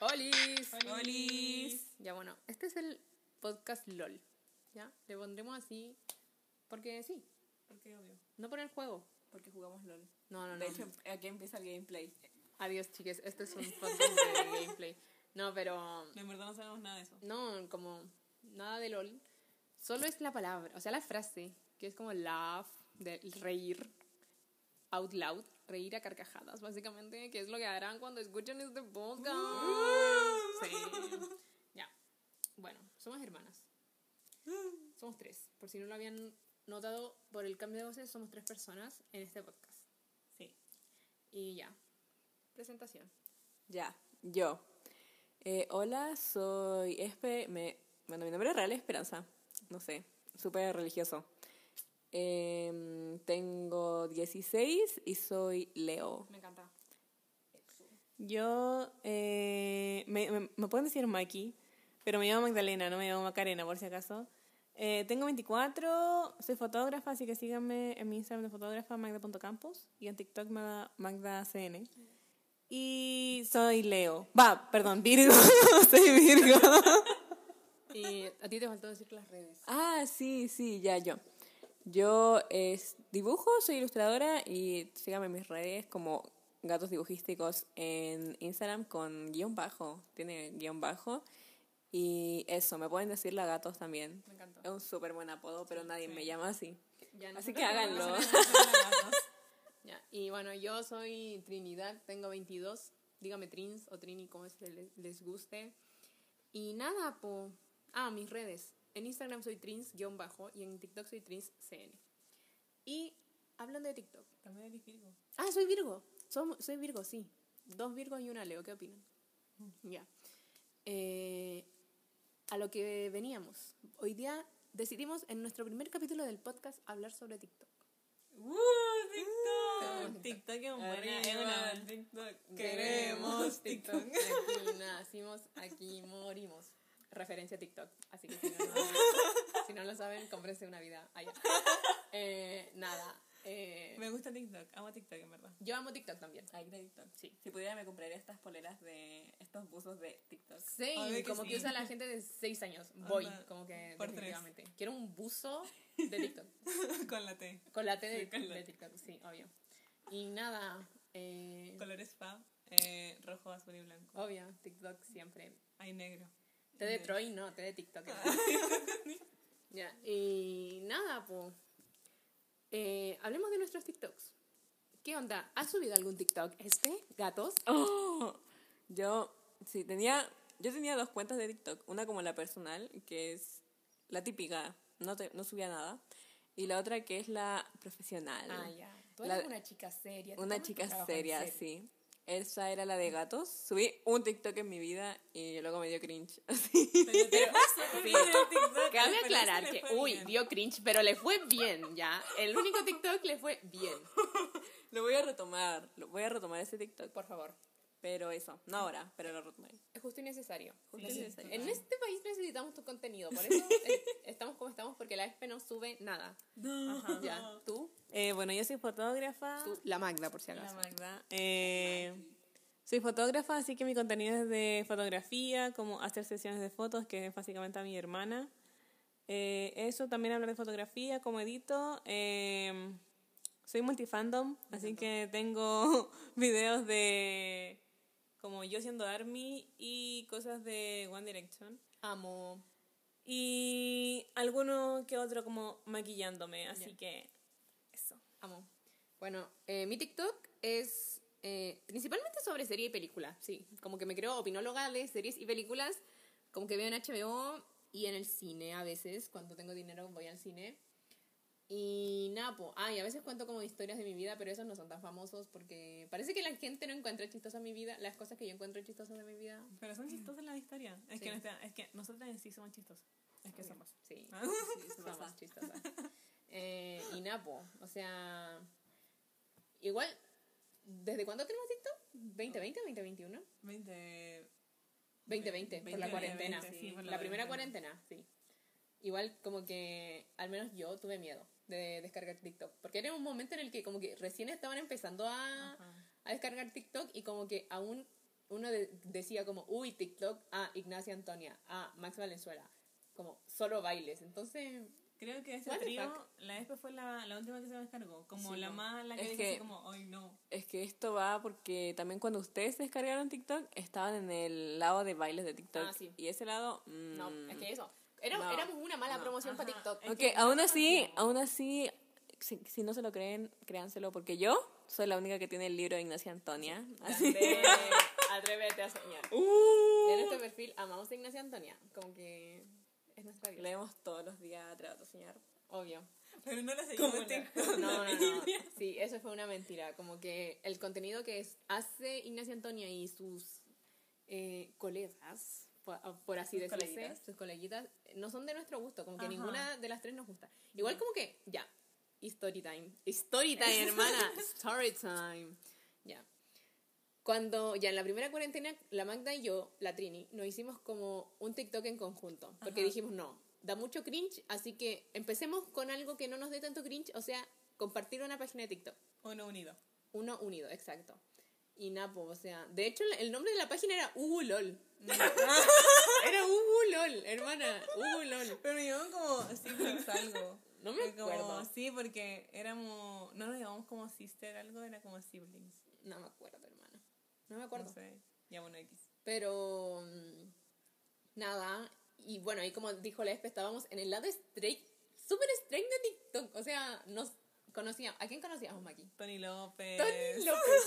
¡Olis! ¡Olis! Ya bueno, este es el podcast LOL. ¿Ya? Le pondremos así porque sí, Porque obvio, no por el juego. porque jugamos LOL. No, no, no. De hecho, aquí empieza el gameplay. Adiós, chiques. Este es un podcast de gameplay. No, pero No, En verdad no sabemos nada de eso. no, como nada de LOL. Solo es la palabra, o sea, la frase, que es como laugh, de reír, out loud, reír a carcajadas, básicamente, que es lo que harán cuando escuchan este podcast. Uh. Sí. Ya. Bueno, somos hermanas. Somos tres. Por si no lo habían notado por el cambio de voces, somos tres personas en este podcast. Sí. Y ya. Presentación. Ya, yo. Eh, hola, soy Espe. Me, bueno, mi nombre es real es Esperanza. No sé, súper religioso. Em, tengo 16 y soy Leo. Me encanta. Yo. eh, me, me- me pueden decir Maki, pero me llamo Magdalena, no me llamo Macarena, por si acaso. Eh, tengo 24, soy fotógrafa, así que síganme en mi Instagram de fotógrafa, magda.campos, y en TikTok, magda- magdacn. Y soy Leo. Va, perdón, Virgo. soy Virgo. Y a ti te faltó decir las redes. Ah, sí, sí, ya yo. Yo es dibujo, soy ilustradora y síganme en mis redes como gatos dibujísticos en Instagram con guión bajo, tiene guión bajo. Y eso, me pueden decir la gatos también. Me encantó. Es un súper buen apodo, pero nadie me llama así. Ya, Así nosotros que háganlo. tenemos- Ya, Y bueno, yo soy Trinidad, tengo 22. Dígame Trins o Trini, como es que le- les guste. Y nada, po. Ah, mis redes. En Instagram soy Trins-bajo y en TikTok soy Trins-cn. Y hablando de TikTok. Ah, soy Virgo. Som- soy Virgo, sí. Dos Virgos y una Leo, ¿qué opinan? Mm. Ya. Eh, a lo que veníamos. Hoy día decidimos en nuestro primer capítulo del podcast hablar sobre TikTok. ¡Uh, TikTok. Mm. TikTok. TikTok es buena- buena, es una- TikTok. Queremos TikTok. Aquí nacimos, aquí morimos. Referencia a TikTok. Así que si no, no- si no lo saben, cómprense una vida allá. Eh, nada. eh, Me gusta TikTok, amo TikTok en verdad. yo amo TikTok también. Ay, de TikTok. Sí. Si pudiera me compraría estas poleras de estos buzos de TikTok. Sí, Obvio que como que sí. usa la gente de 6 años. Voy, Anda, como que por tres. definitivamente. Quiero un buzo de TikTok. Con la T. Con la T de, Sí, con la de TikTok, sí, obvio. Y nada, eh, Colores pa, eh, rojo, azul y blanco. obvio, TikTok siempre. Hay negro. T de Troy no, T de TikTok. ya, y nada, po. Eh, hablemos de nuestros TikToks. ¿Qué onda? ¿Has subido algún TikTok? ¿Este? ¿Gatos? Oh, yo sí tenía yo tenía dos cuentas de TikTok, una como la personal que es la típica, no te- no subía nada, y la otra que es la profesional. Ah, ya. Tú La- eres una chica seria. te Una tomas tu chica trabajo en seria, serio. sí. Esa era la de gatos. Subí un TikTok en mi vida y luego me dio cringe. Así. Pero te Sí. TikTok. Cabe pero aclarar ese le que, fue uy, bien. dio cringe, pero le fue bien, ¿ya? El único TikTok le fue bien. Lo voy a retomar, lo voy a retomar ese TikTok, Por favor. pero eso, no ahora, pero lo retomaré. Es justo y necesario. Justo y Neces- necesario. En este país necesitamos tu contenido, por eso eh, estamos como estamos, porque la FP no sube nada. Ajá. Ya, tú, Eh, bueno, yo soy fotógrafa. tú, la Magda, por si La acaso. Magda. Eh, soy fotógrafa, así que mi contenido es de fotografía, como hacer sesiones de fotos, que es básicamente a mi hermana. Eh, eso, también hablar de fotografía, como edito. Eh, soy multifandom, así que tengo videos de como yo siendo ARMY y cosas de One Direction. Amo. Y alguno que otro como maquillándome, así Ya. que eso. Amo. Bueno, eh, mi TikTok es eh, principalmente sobre serie y película, sí. Como que me creo opinóloga de series y películas, como que veo en HBO y en el cine a veces, cuando tengo dinero voy al cine. Y nada, po. Ah, y a veces cuento como historias de mi vida, pero esos no son tan famosos porque parece que la gente no encuentra chistosa mi vida, las cosas que yo encuentro chistosas de mi vida. Pero son chistosas las historias. Es, Sí. que, no está- es que nosotras en sí somos chistosas. Es que Obvio. somos. Sí, Ah. sí, sí, somos chistosas. Eh, y Napo, o sea, igual, ¿desde cuándo tenemos TikTok? ¿2020 o 2021? 20. 2020, por la 2020, cuarentena. sí, por la, la primera cuarentena. cuarentena, sí. Igual como que, al menos yo tuve miedo de descargar TikTok, porque era un momento en el que como que recién estaban empezando a, Ajá. a descargar TikTok y como que aún uno de- decía como, uy, TikTok, ah, Ignacia Antonia, ah, Max Valenzuela, como solo bailes. Entonces, Creo que ese What the trío, la F fue la, la última que se me descargó. Como Sí, la po. más, la que Es dice que- así como, ay no. Es que esto va porque también cuando ustedes descargaron TikTok estaban en el lado de bailes de TikTok. Ah, sí. Y ese lado... mm, no, es que eso. Era, No, éramos una mala no, promoción para ajá, TikTok. es Ok, que- aún así, aún así, si, si no se lo creen, créanselo, porque yo soy la única que tiene el libro de Ignacia Antonia. Así. Atrévete, atrévete a soñar. Uh, En este perfil amamos a Ignacia Antonia, como que es nuestra vida. Leemos todos los días Atrévete a soñar. Obvio. Pero no la seguimos Como en la- TikTok. No, no, no. Sí, eso fue una mentira. Como que el contenido que es- hace Ignacia Antonia y sus eh, colegas, por, ah, por así Sus decirse, coleguitas. sus coleguitas, no son de nuestro gusto. Como que Ajá. ninguna de las tres nos gusta. Igual como que, ya, story time. Story time, hermana. Story time. Ya. Cuando ya en la primera cuarentena, la Magda y yo, la Trini, nos hicimos como un TikTok en conjunto. Porque Ajá. dijimos, no, da mucho cringe, así que empecemos con algo que no nos dé tanto cringe, o sea, compartir una página de TikTok. Uno unido. Uno unido, exacto. Y Napo, o sea, de hecho el nombre de la página era Ugulol. era Ugulol, hermana, Ugulol. Pero me llevaban como siblings algo. No me Como- acuerdo. sí, porque éramos, no nos llamamos como sister algo, era como siblings. No me acuerdo, hermana. No me acuerdo. No sé, llamo un X. Pero mm, nada, y bueno, y como dijo la Espe, estábamos en el lado straight, súper straight de TikTok. O sea, nos conocíamos. ¿A quién conocíamos, Maki? Tony López, Tony López,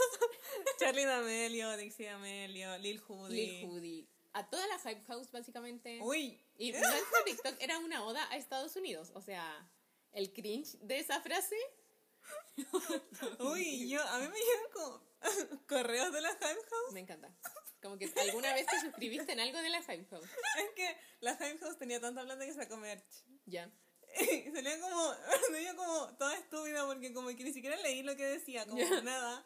Charlie D'Amelio, Dixie D'Amelio, Lil Judy. Lil Judy. A toda la Hype House, básicamente. Uy, Y nuestro TikTok era una oda a Estados Unidos. O sea, el cringe de esa frase. uy, yo, a mí me llegan como correos de la Hype House. Me encanta. Como que alguna vez te suscribiste en algo de la Hype House. Es que la Hype House tenía tanta plata que sacó merch. Ya. Y salía como, salía como toda estúpida porque como que ni siquiera leí lo que decía, como Ya. nada.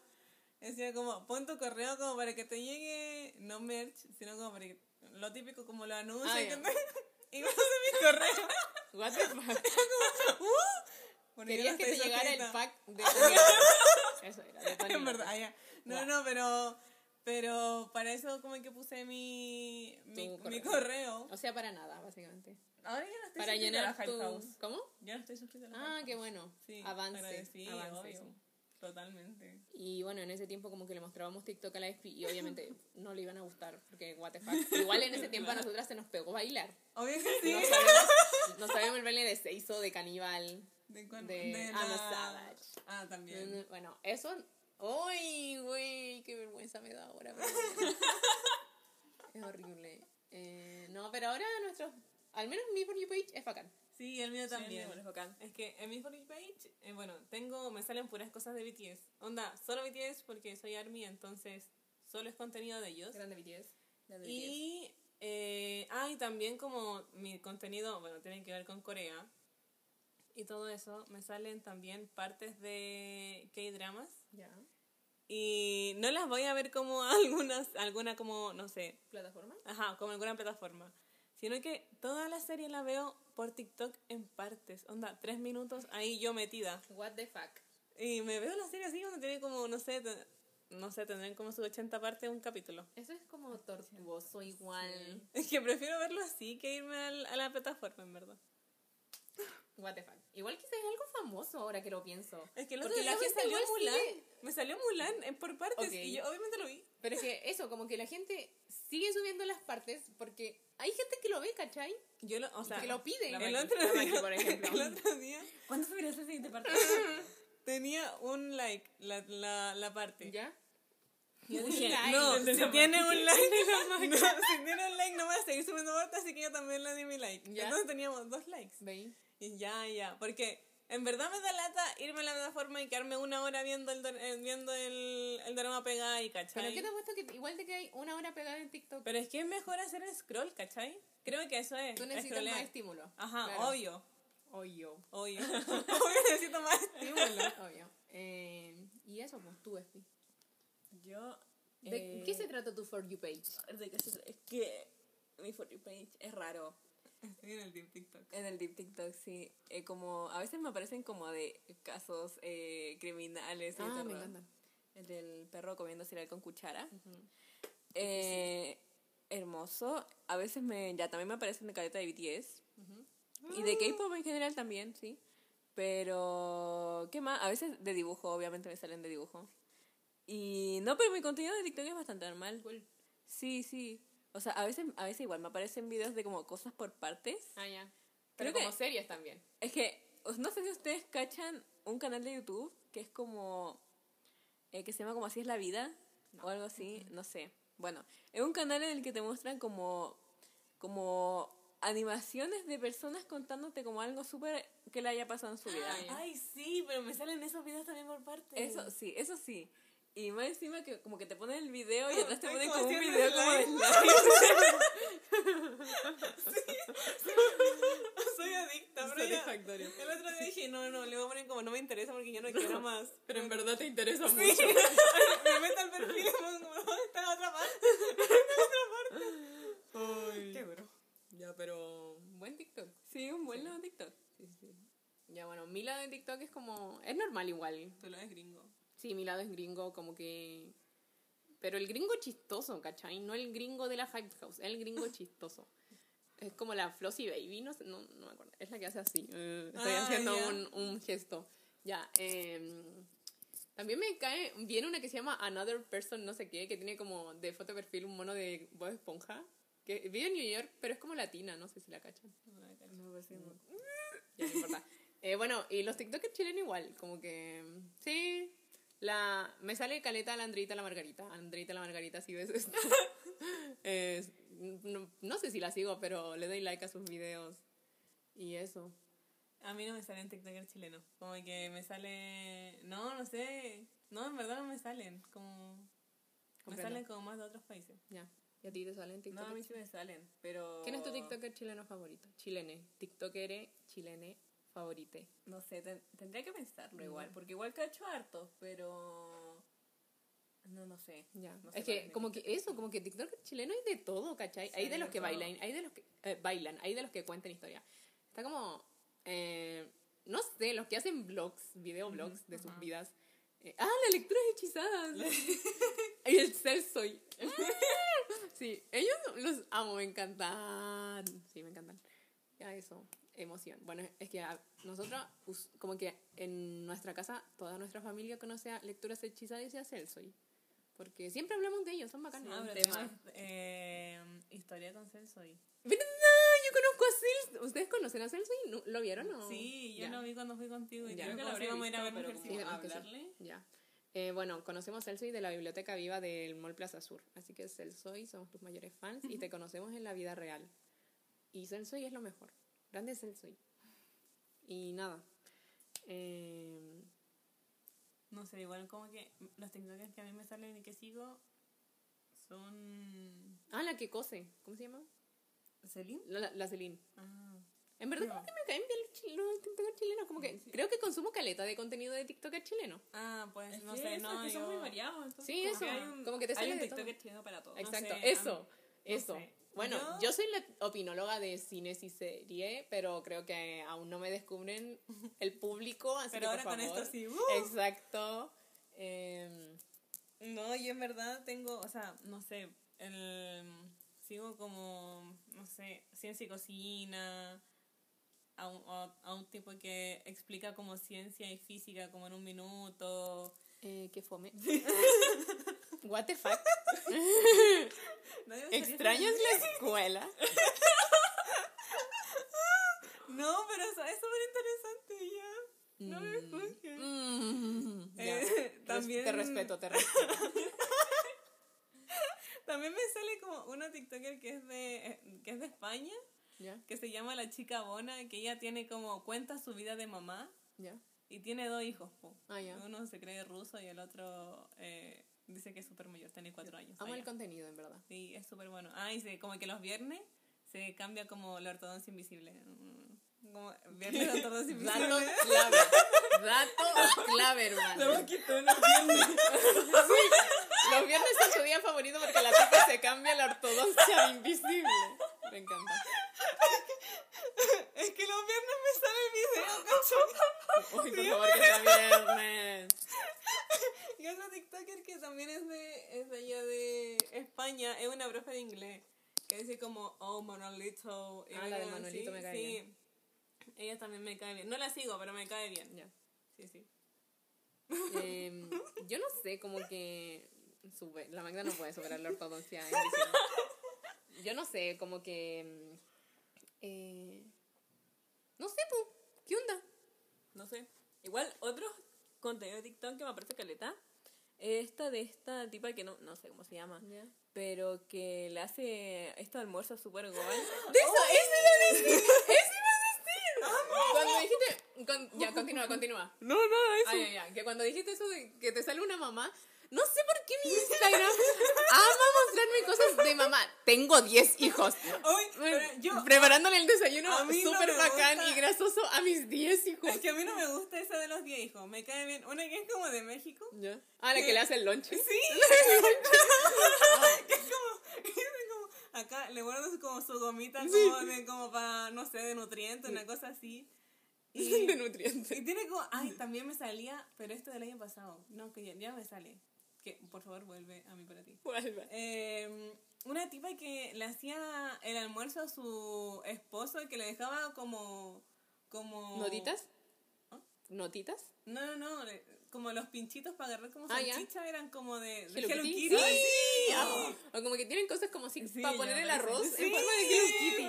Decía como, pon tu correo como para que te llegue, no merch, sino como para que, lo típico como lo anuncian. Ah, que ya. te- y me hace mi correo. What the fuck? Porque yo Querías no que te estoy llegara sujeta. el pack de Eso era, de Tony en verdad, López. ah, ya. No, Guau. no, pero, pero para eso como que puse mi, mi, Tu mi correo. correo. O sea, para nada, básicamente. Ahora ya no estoy para suscrita a la llenar Hype tu... House. ¿Cómo? Ya no estoy suscrita a la Ah, Hype qué House. bueno. Sí, avance. agradecí, avance, obvio. sí. Totalmente. Y bueno, en ese tiempo como que le mostrábamos TikTok a la Espi y obviamente no le iban a gustar porque what the fuck. Igual en ese tiempo a nosotras se nos pegó bailar. Obvio que sí. No sabemos, no sabemos el baile de Seiso, de Caníbal. ¿De cuál? De la- Ana Savage. Ah, también. Mm, Bueno, eso... ¡Uy, güey! ¡Qué vergüenza me da ahora! pero bueno. es horrible. Eh, no, pero ahora nuestros... Al menos mi For You page es bacán. Sí, el mío también. mío es es que en mi For You page, eh, bueno, tengo, me salen puras cosas de BTS. Onda, solo BTS porque soy ARMY, entonces solo es contenido de ellos. Grande BTS. Grande BTS. Y, eh, ah, y también como mi contenido, bueno, tiene que ver con Corea y todo eso, me salen también partes de K-dramas. Ya. Y no las voy a ver como algunas, alguna como, no sé, ¿Plataforma? Ajá, como alguna plataforma. Sino que toda la serie la veo por TikTok en partes. Onda, tres minutos ahí yo metida. What the fuck. Y me veo la serie así, donde tiene como, no sé, te- no sé, tendrán como sus 80 partes un capítulo. Eso es como tortuoso igual. Es que prefiero verlo así que irme al- a la plataforma, en verdad. What the fuck. Igual quizás es algo famoso ahora que lo pienso. Es que el Porque otro día la me gente salió igual Mulan. sigue- Me salió Mulan en por partes Ok. y yo obviamente lo vi. Pero es que eso, como que la gente sigue subiendo las partes porque hay gente que lo ve, ¿cachai? Yo lo, o sea, que lo pide. el La otro, Maki- la Maki, por día, ejemplo. el otro día ¿Cuándo subirás la siguiente parte? tenía un like la, la, la parte. ¿Ya? Yo dije, like. no, El de si tiene un like, no, si tiene un like no me va a seguir subiendo vueltas, así que yo también le di mi like. Ya. Entonces teníamos dos likes. ¿Veis? Y ya, ya, porque en verdad me da lata irme a la plataforma y quedarme una hora viendo el, dor- eh, viendo el, el drama pegado y Pero cachai. ¿qué te ha puesto que igual te quedáis una hora pegada en TikTok? Pero es que es mejor hacer scroll, cachai. Creo que eso es. Tú necesitas scrollear. más estímulo. Ajá, Claro. obvio, Obvio. obvio. obvio necesito más estímulo. Obvio. Eh, y eso, pues tú, Espi. Yo... ¿De eh, qué se trata tu For You page? de qué se tra- Es que mi For You page es raro. Estoy en el Team TikTok. En el deep TikTok, sí. Eh, como, a veces me aparecen como de casos eh, criminales. y de Ah, me terror. encanta. El del perro comiendo cereal con cuchara. Eh, hermoso. A veces me, ya también me aparecen de careta de BTS. Y Ah. de K-pop en general también, sí. Pero, ¿qué más? A veces de dibujo, obviamente me salen de dibujo. Y no, pero mi contenido de TikTok es bastante normal. Cool. Sí, sí. O sea, a veces, a veces igual me aparecen videos de como cosas por partes. Ah, ya. Pero Creo que- como series también. Es que, os- no sé si ustedes cachan un canal de YouTube que es como, eh, que se llama como Así es la vida, o algo así, no sé. Bueno, es un canal en el que te muestran como, como animaciones de personas contándote como algo súper que le haya pasado en su vida. Ay, Ay, sí, pero me salen esos videos también por parte. Eso sí, eso sí. Y más encima que como que te ponen el video y atrás te Ay, ponen como como un haciendo video el como de live. slide. Soy adicta, pero ya- Satisfactorio. El otro día dije, no, no, le voy a poner como no me interesa porque yo no quiero más. Pero en verdad te interesa Sí. mucho. me meto al perfil y pongo, ¿dónde está la otra parte? Qué duro. Ya, pero buen TikTok. Sí, un buen nuevo TikTok. Ya, bueno, mi lado de TikTok es como... Es normal igual. Tú lo ves gringo. Sí, mi lado es gringo, como que... Pero el gringo chistoso, ¿cachai? No el gringo de la Hype House, el gringo chistoso. Es como la Flossy Baby, no, sé, no, no me acuerdo. Es la que hace así. eh, estoy Ah, haciendo ya. un, un gesto. Ya. em, también me cae... Viene una que se llama Another Person no sé qué, que tiene como de foto de perfil un mono de Bob Esponja. Que vive en New York, pero es como latina, no sé si la cachan. Mm. Ya, no importa. Eh, bueno, y los TikTokers chilenos igual, como que. Sí. La, me sale caleta la Andrita la Margarita. Andrita la Margarita, si ves esto. Es- no, no sé si la sigo, pero le doy like a sus videos. Y eso. A mí no me salen TikTokers chilenos. Como que me sale. No, no sé. No, en verdad no me salen. Como. Me Comprendo. salen como más de otros países. Ya. ¿Y a ti te salen No, TikTokers? a mí sí me salen, pero. ¿Quién es tu TikToker chileno favorito? Chilene. TikTokere chilene favorite. No sé, ten- tendría que pensarlo Ya. igual, porque igual cacho harto, pero... No, no sé. Ya. No sé es cuál es que mi como que eso, como que TikTok chileno hay de todo, ¿cachai? Sí, hay de hay los de que todo. bailan, hay de los que eh, bailan, hay de los que cuentan historia. Está como eh, no sé, los que hacen vlogs, videoblogs de sus vidas. Eh, ah, la lectura hechizada. y el ser soy. sí, ellos los amo, me encantan. Sí, me encantan. Ya eso, emoción. Bueno, es que a- nosotros, us- como que en nuestra casa, toda nuestra familia conoce a lecturas hechizadas y se hace el soy. Porque siempre hablamos de ellos, son bacanas. Ah, pero Temas. tenemos, eh, historia con Celsoy. ¿Verdad? Yo conozco a Celso. ¿Ustedes conocen a Celso y no- lo vieron o? Sí, yo Ya. lo vi cuando fui contigo y Ya. creo que Yo la lo habré próxima vamos a ir a ver visto, Mujer pero Sin Sí, Voz. creo que sí. hablarle. Ya. Eh, bueno, conocemos a Celsoy de la Biblioteca Viva del Mall Plaza Sur. Así que Celsoy somos tus mayores fans y te conocemos en la vida real. Y Celsoy es lo mejor. Grande Celsoy. Y nada. Eh, No sé, igual como que los TikTokers que a mí me salen y que sigo son. ah, la que cose. ¿Cómo se llama? ¿Celine? La, la- la Celine. Ah. En verdad, No. como que me caen bien los, chi- los TikTokers chilenos. Como que creo que consumo caleta de contenido de TikToker chileno. Ah, pues no Sí, sé, eso, no. que son yo- muy variados. entonces Sí, como eso. que hay un- como que te hay sale un de todo. Tiktoker chileno para todo. Exacto, sé, ah, eso, a mí- eso. sé. Bueno, Yo- yo soy la opinóloga de cines y serie, pero creo que aún no me descubren el público, así Pero que ahora por con favor. esto sí. ¡uh! Exacto. Em, No, yo en verdad tengo, o sea, no sé, el, sigo como, no sé, ciencia y cocina, a un, a- a un tipo que explica como ciencia y física como en un minuto. eh, qué fome. Em, What the fuck? Nadie me ¿Extrañas estaría- la escuela? No, pero o sea, es súper interesante ya. No me Mm, juzgues. mm, ya. Eh, Res- también- Te respeto, te respeto. También me sale como una TikToker que es de, que es de España, ¿Ya? que se llama La Chica Bona, que ella tiene como, cuenta su vida de mamá. ¿Ya? Y tiene dos hijos, po. Ah, ya. Uno se cree ruso y el otro eh, dice que es súper mayor, tiene cuatro años. Amo Ah, el ya. contenido, en verdad. Sí, es súper bueno. Ah, y se- como que los viernes se cambia como la ortodoncia invisible. Mm, Como viernes de ortodoncia invisible. Dato clave. Dato clave, hermano. Los viernes son su día favorito porque la tipa se cambia la ortodoxia de invisible. Me encanta. Es que los viernes me sale el video, cacho. Uy, por favor, que sea viernes. Y otra TikToker que también es de, es de allá de España es una profe de inglés que dice como, oh, Manolito. y Ah, la de algo así. Manolito me cae sí. bien. Ella también me cae bien. No la sigo, pero me cae bien. Ya. Sí, sí. Em, yo no sé, como que sube- la Magda no puede superar la ortodoncia. en visión. Yo no sé, como que... em, eh, no sé, po, ¿qué onda? No sé. Igual, otro contenido de TikTok que me aparece caleta. es Esta de esta tipa que no, no sé cómo se llama. Pero que le hace este almuerzo súper gol. De eso, eso iba a decir, Oh, eso iba a decir. Cuando dijiste, con- ya, continúa, continúa. No, no, eso. Ah, ya, ya, que cuando dijiste eso de que te sale una mamá, no sé por qué mi Instagram ama mostrarme cosas de mamá. Tengo 10 hijos. Hoy, yo, Preparándole el desayuno a mí no súper me bacán gusta. y grasoso a mis 10 hijos. es que a mí no me gusta esa de los 10 hijos. Me cae bien. Una que es como de México. ¿Ya? Ah, la que le hace el lunch. Sí. que es como, es como- acá le guardas como su gomita como, de- como para, no sé, de nutrientes, una cosa así. Y, De nutrientes. y tiene como, ay, también me salía, pero esto del año pasado. No, que ya, ya me sale. Que, por favor, vuelve a mí para ti. Vuelva. Eh, una tipa que le hacía el almuerzo a su esposo y que le dejaba como... como ¿Notitas? ¿Notitas? No, no, no, le- como los pinchitos para agarrar como Ah, ya. salchicha eran como de, de Hello Hello Kitty. Kitty. Sí, Sí. amo. Ah, O como que tienen cosas como si Sí, para ya poner el parece. arroz en Sí. forma de Hello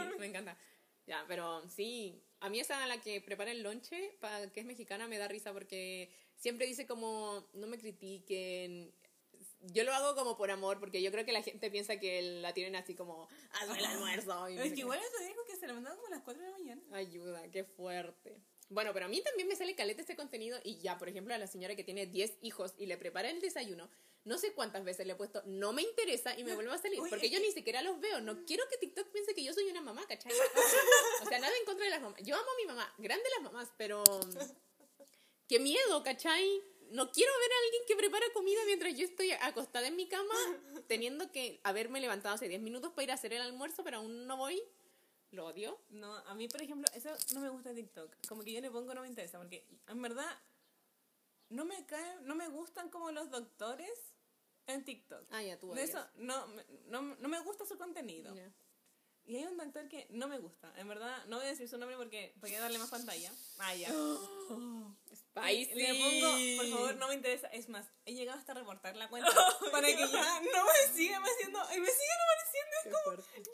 Kitty. Me encanta. Ya, pero sí. A mí esa la que prepara el lonche, pa- que es mexicana, me da risa porque siempre dice como, no me critiquen. Yo lo hago como por amor, porque yo creo que la gente piensa que la tienen así como, hazme el almuerzo. y no Pero es sé que qué. igual eso dijo que se levantaba como a las 4 de la mañana. Ayuda, qué fuerte. Bueno, pero a mí también me sale caleta este contenido y ya, por ejemplo, a la señora que tiene 10 hijos y le prepara el desayuno, no sé cuántas veces le he puesto, no me interesa y me vuelvo a salir, Oye, porque es yo ni siquiera los veo, no quiero que TikTok piense que yo soy una mamá, ¿cachai? O sea, nada en contra de las mamás. Yo amo a mi mamá, grande las mamás, pero mm, qué miedo, ¿cachai? No quiero ver a alguien que prepara comida mientras yo estoy acostada en mi cama, teniendo que haberme levantado hace 10 minutos para ir a hacer el almuerzo, pero aún no voy. Lo odio. No, a mí, por ejemplo, eso no me gusta de TikTok. Como que yo le pongo no me interesa, porque en verdad no me caen, no me gustan como los doctores en TikTok. Ah, ya, tú de odias. eso, no, me- no, no me gusta su contenido. Ya. Y hay un doctor que no me gusta. En verdad, no voy a decir su nombre porque para qué darle más pantalla. Ah, ya. Spicy. Le pongo, por favor, no me interesa. Es más, he llegado hasta reportar la cuenta para que ya no me sigan haciendo. Y me siguen apareciendo. Es Qué como, fuerte.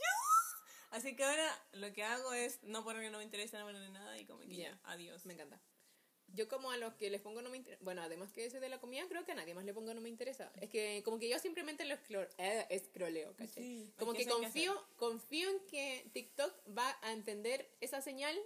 Así que ahora lo que hago es no ponerle no me interesa, no ponerle nada y como que Ya. ya, adiós. Me encanta. Yo como a los que les pongo no me interesa, bueno, además que ese de la comida, creo que a nadie más le pongo no me interesa. Es que como que yo simplemente lo escro- eh, escroleo, ¿cachai? Sí, como porque que eso hay que confío, confío en que TikTok va a entender esa señal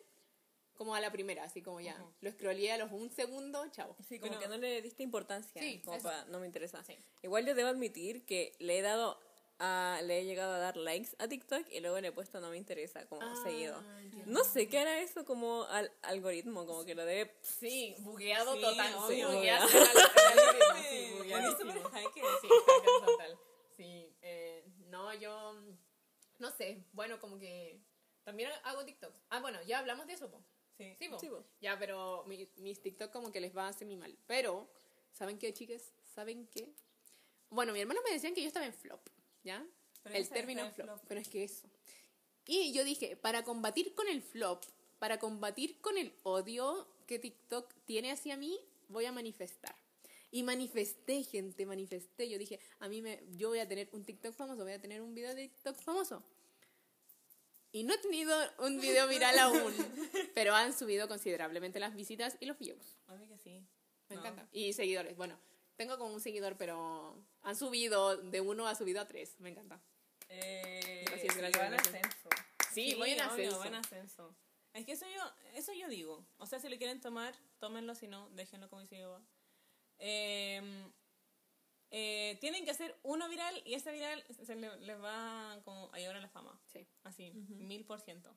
como a la primera, así como ya. Ujú. Lo escroleé a los un segundo, chao. Sí, como Pero- que no le diste importancia. Sí, como eso. pa- no me interesa. Sí. Igual yo debo admitir que le he dado a- le he llegado a dar likes a TikTok y luego le he puesto no me interesa, como Ah, seguido. entiendo. No sé qué era eso como al algoritmo, como que lo debe. Sí, bugueado total, sí, bugueado. Sí, sí, bugueadísimo. bugueadísimo. Sí, hacker total. Sí, eh, no, yo mm, no sé, bueno, como que también hago TikTok. Ah, bueno, ya hablamos de eso, po. Sí. Sí, po. Sí, po. Ya, pero mi- mis TikTok como que les va a semi mal. Pero, ¿saben qué, chicas? ¿Saben qué? Bueno, mi hermano me decían que yo estaba en flop, ¿ya? Pero el ese está término en flop, flop. pero es que eso. Y yo dije, para combatir con el flop, para combatir con el odio que TikTok tiene hacia mí, voy a manifestar. Y manifesté, gente, manifesté. Yo dije, a mí me, yo voy a tener un TikTok famoso, voy a tener un video de TikTok famoso. Y no he tenido un video viral aún, pero han subido considerablemente las visitas y los views. A mí que sí. Me No. encanta. Y seguidores, bueno, tengo como un seguidor, pero han subido, de uno ha subido a tres, me encanta. Eh, Gracias, gracias, van gracias. ascenso. Sí, voy en obvio, ascenso. van ascenso. Es que eso yo, eso yo digo. O sea, si lo quieren tomar, tómenlo, si no, déjenlo como si yo. Eh, eh, tienen que hacer uno viral y ese viral se le- les va como a llevar a la fama. Sí. Así, mil por ciento.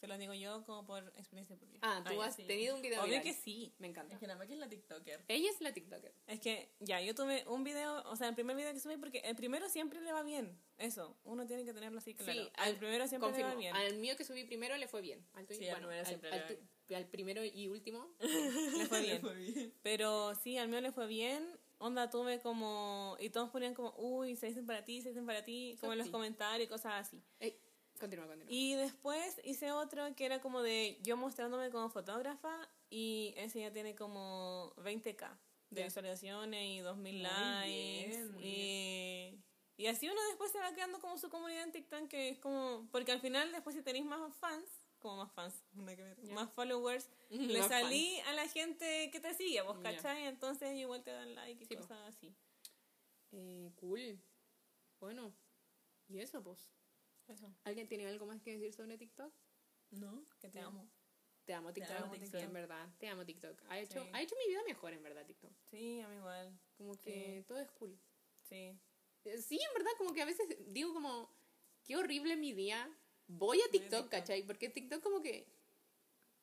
Te lo digo yo como por experiencia propia. Ah, tú ya, has sí. tenido un video Obvio viral. que sí. Me encanta. la Maki es la TikToker. Ella es la TikToker. Es que ya, yo tuve un video, o sea, el primer video que subí, porque el primero siempre le va bien. Eso, uno tiene que tenerlo así claro. Sí, al al- primero siempre Confirmo. le va bien. Al mío que subí primero le fue bien. Al tuyo, Sí, al bueno, primero al, siempre al le va tu- al primero y último. Le fue bien. Pero sí, al mío le fue bien. onda tuve como, y todos ponían como, uy, se dicen para ti, se dicen para ti, como en los Sí. comentarios y cosas así. Ey, continúa, continúa. Y después hice otro que era como de yo mostrándome como fotógrafa y ese ya tiene como 20k de Ya. visualizaciones y 2000 Muy likes. bien, muy y, y así uno después se va creando como su comunidad en TikTok que es como, porque al final después si tenéis más fans, como más fans, nada que ver, más followers, le Más salí a la gente que te sigue, vos Ya. cachai, entonces igual te dan like y Sí, po. cosas así. Eh, cool. Bueno, y eso, pues. Eso. ¿Alguien tiene algo más que decir sobre TikTok? No, que te amo. Te amo TikTok, amo, sí, TikTok. en verdad. Te amo TikTok. Ha hecho, Sí. ha hecho mi vida mejor, en verdad, TikTok. Sí, a mí igual, Como que todo es cool. sí. Eh, Sí, en verdad, como que a veces digo como, qué horrible mi día. Voy a TikTok, TikTok. ¿cachai? Porque TikTok como que,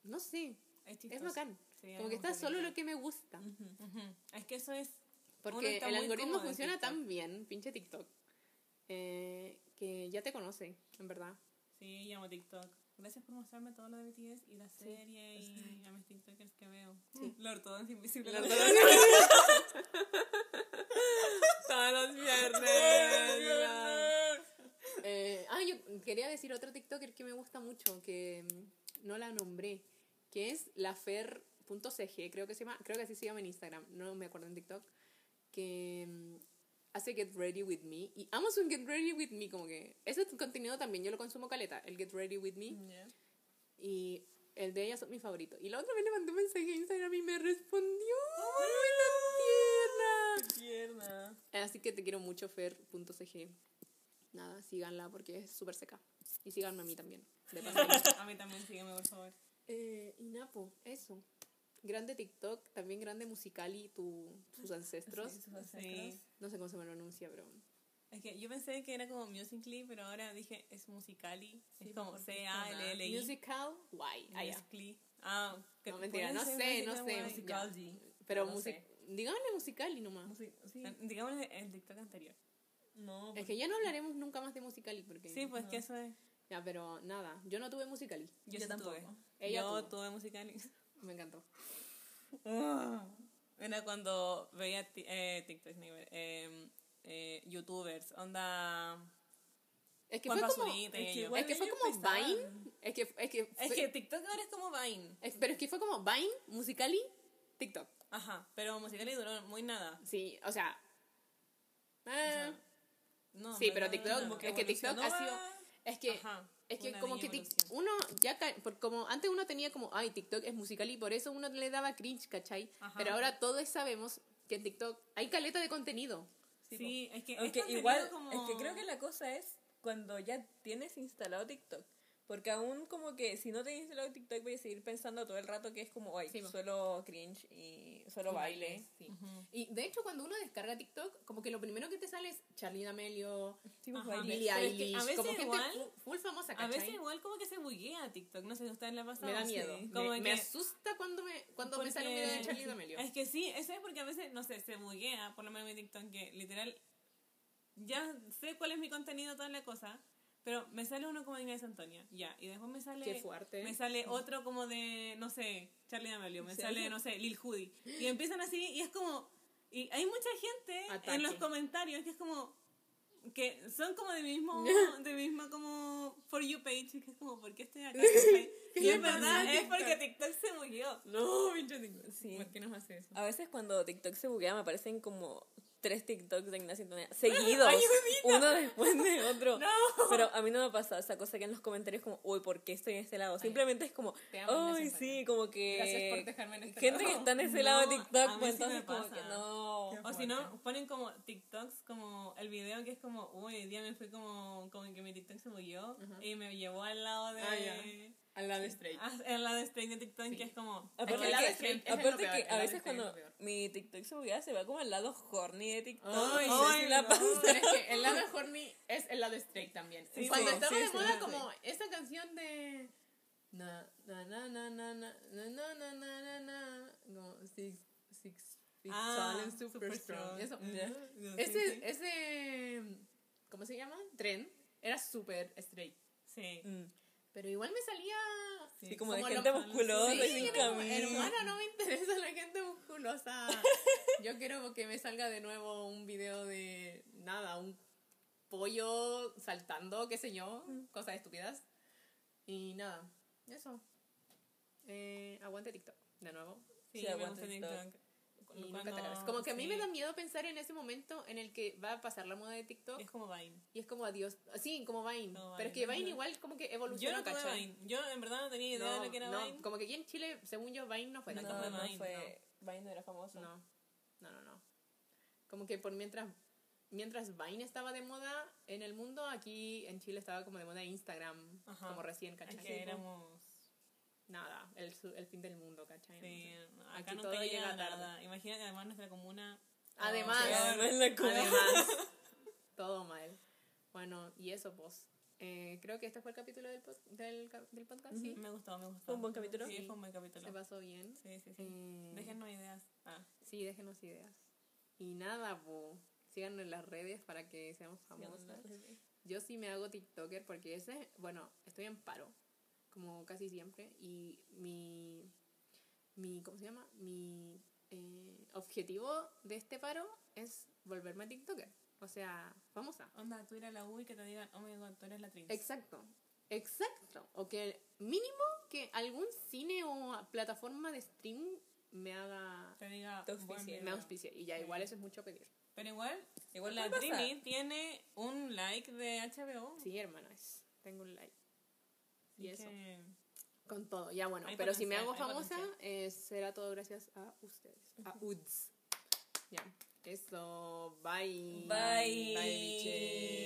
no sé, Es, es chistoso. bacán. Sí, a mí Como me que está gusta solo TikTok. lo que me gusta. Ujú. Es que eso es Uno Porque está el muy algoritmo cómodo en funciona TikTok. tan bien, pinche TikTok, eh, que ya te conoce, en verdad. Sí, llamo TikTok. Gracias por mostrarme todo lo de BTS y la serie y a mis TikTokers que veo. La ortodoncia invisible. La Todos los viernes. Eh, ah, yo quería decir otro TikToker que me gusta mucho, que mm, no la nombré, que es lafer.cg, creo que se llama, creo que así se llama en Instagram, no me acuerdo en TikTok, que mm, hace Get Ready With Me, y amo su Get Ready With Me, como que ese contenido también yo lo consumo caleta, el Get Ready With Me, y el de ella son mi favorito. Y la otra vez le mandé un mensaje a Instagram y me respondió, ¡Ay, tan tierna! Tierna. Así que te quiero mucho, fer.cg. Nada, síganla porque es súper seca. Y síganme a mí también. De paso. A mí también, sígueme, por favor. eh, y Napo, eso. Grande TikTok, también grande Musicali, tu, sus ancestros. Sí. No sé cómo se me lo anuncia, pero... Es que yo pensé que era como Musically, pero ahora dije es Musicali. es como C-A-L-L-I. Musical, guay. Ah, ya. Musically. Ah, que No, mentira, no puede sé, ser no Musical.ly. sé. Musical.ly. ya. Pero No musi- sé. díganle Musicali nomás. Sí. Eh, Digamos el- el TikTok anterior. No, Es que ya no hablaremos nunca más de Musicali porque... Sí, pues que eso es. Ya, pero nada, yo no tuve Musicali. Yo, Yo sí tampoco. tuve. Ella yo tuvo. tuve Musically. Me encantó. Ah. Era cuando veía ti- eh, TikTok, no iba a ver, eh, eh, youtubers, onda... Es que Juan fue como... Pazurita y es que yo. igual- Es que fue ellos como empezaban. Vine. Es que, es que, Es fue- que TikTok ahora es como Vine. es- Eh, pero es que fue como Vine, Musicali, TikTok. Ajá, pero Musical.ly duró muy nada. Sí, o sea. ah, No, sí, no, pero no, no, TikTok, no. es que TikTok ha evolucionó sido. a- Es que, Ajá, es que una como que niña tic- evolución. uno ya. ca- por- como antes uno tenía como, ay, TikTok es musical y por eso uno le daba cringe, ¿cachai? Ajá. Pero ahora todos sabemos que en TikTok hay caleta de contenido. Sí, es que es Aunque contenido igual, como- es que creo que la cosa es cuando ya tienes instalado TikTok. Porque aún como que si no tienes instalado TikTok voy a seguir pensando todo el rato que es como, ay, Sí, po. solo cringe y solo Y baile. bailes, sí. Y de hecho, cuando uno descarga TikTok, como que lo primero que te sale es Charlie D'Amelio, Sí, po, Ajá. baile. Billie Pero es que a Eilish, veces como gente igual- fu- full famosa, A ¿cachai? veces igual como que se buguea TikTok, no sé si a ustedes les ha pasado. me da Sí. miedo. Como me, que- me asusta cuando me, cuando me sale un video de porque- Charlie D'Amelio. Es que sí, eso es porque a veces, no sé, se buguea, por lo menos en mi TikTok, que literal, ya sé cuál es mi contenido, toda la cosa, pero me sale uno como de Inés Antonia, ya, y después me sale... Qué fuerte. Me sale otro como de, no sé, Charlie D'Amelio, me Sí. sale, no sé, Lil Judy. Y empiezan así, y es como... Y hay mucha gente Ataque. en los comentarios que es como... Que son como de mismo, de misma como For You page, que es como, ¿por qué estoy acá? y es verdad, es porque TikTok se murió. No, pinche TikTok. Sí. ¿Por qué nos hace eso? A veces cuando TikTok se buguea me aparecen como tres TikToks de Ignacio Antonia seguidos, uno después de otro. Pero a mí no me pasa esa cosa que en los comentarios como, uy, ¿por qué estoy en este lado? Simplemente es como, Te amo, uy, Ignacio sí, como que... Gracias por dejarme en este Gente lado. que está en ese No, lado de a TikTok, mí pues sí me entonces como pasa. que no... Qué O si no, ponen como TikToks, como el video que es como, uy, hoy día me fui como, como que mi TikTok se murió y me llevó al lado de. Ah, Al lado straight. a- al lado de Straight de TikTok, que es como. Aparte el lado que, straight es aparte lo peor, que el a lado veces straight es lo cuando mi TikTok se buguea se va como al lado horny de TikTok. Ay, no sé si ay, la no. pasa. Pero es que el lado horny es el lado straight también. Sí, Cuando sí, estaba sí, de sí, moda sí. como esa canción de na na na na na na na na na na na na como six six feet Ah, tall and super, super strong. strong. Eso. Ya. Sí, sí. Ese ese ¿cómo se llama? Tren era super straight. Sí. Mm. Pero igual me salía Sí, como de Como gente lo- musculosa y Sí, sin era como, camisa. hermana, no me interesa la gente musculosa. yo quiero que me salga de nuevo un video de nada, un pollo saltando, qué sé yo, cosas estúpidas. Y nada, eso. Eh, aguante TikTok, de nuevo. Sí, Sí, me aguanta gusta el TikTok. Y nunca te Cuando- acabes. Como que a mí me sí, da miedo pensar en ese momento en el que va a pasar la moda de TikTok Es como Vine. y es como adiós. Sí, como Vine. Como pero es que Vine, Vine ajá. igual como que Yo evolucionó, no tuve ¿cachai? Vine. Yo en verdad no tenía idea de lo que era No, no, Vine. como que aquí en Chile, según yo, Vine no fue tan No, común. fue no Vine, fue. Vine no era famoso. No, no, no, no. Como que por mientras, mientras Vine estaba de moda en el mundo, aquí en Chile estaba como de moda Instagram, Ajá. como recién, Es ¿cachai? que éramos... Nada, el, su- el fin del mundo, ¿cachai? Sí, Entonces- acá Aquí no todo te llega llega tarde. nada. Imagina que además nuestra comuna... Además, Oh, Además, la cosa- además, todo mal. Bueno, y eso, pues. Eh, creo que este fue el capítulo del, pod- del, cap- del podcast, sí, sí. Me gustó, me gustó. ¿Fue un buen capítulo? Sí, Sí. fue un buen Se capítulo. pasó bien. Sí, sí, sí. Eh, Déjennos ideas. Ah, Sí, déjenos ideas. Y nada, po. Síganos en las redes para que seamos famosas. Yo sí me hago TikToker porque ese, bueno, estoy en paro, como casi siempre, y mi, mi ¿cómo se llama? Mi eh, objetivo de este paro es volverme a TikToker, o sea, famosa. onda, tú ir a la U y que te digan, oh my god, tú eres la actriz. Exacto, exacto. O que mínimo que algún cine o plataforma de stream me haga, Te diga, Te buen auspicie. video. me auspicie, y ya igual eso es mucho pedir. Pero igual, Igual la puede pasar. Trini tiene un like de HBO. Sí, hermanas, tengo un like. Así Y eso. que- Con todo, ya bueno. Hay pero si me hago potencial, hay famosa, potencial. eh, será todo gracias a ustedes. A UDS. Ya. Eso. Bye. Bye. Bye, bitches.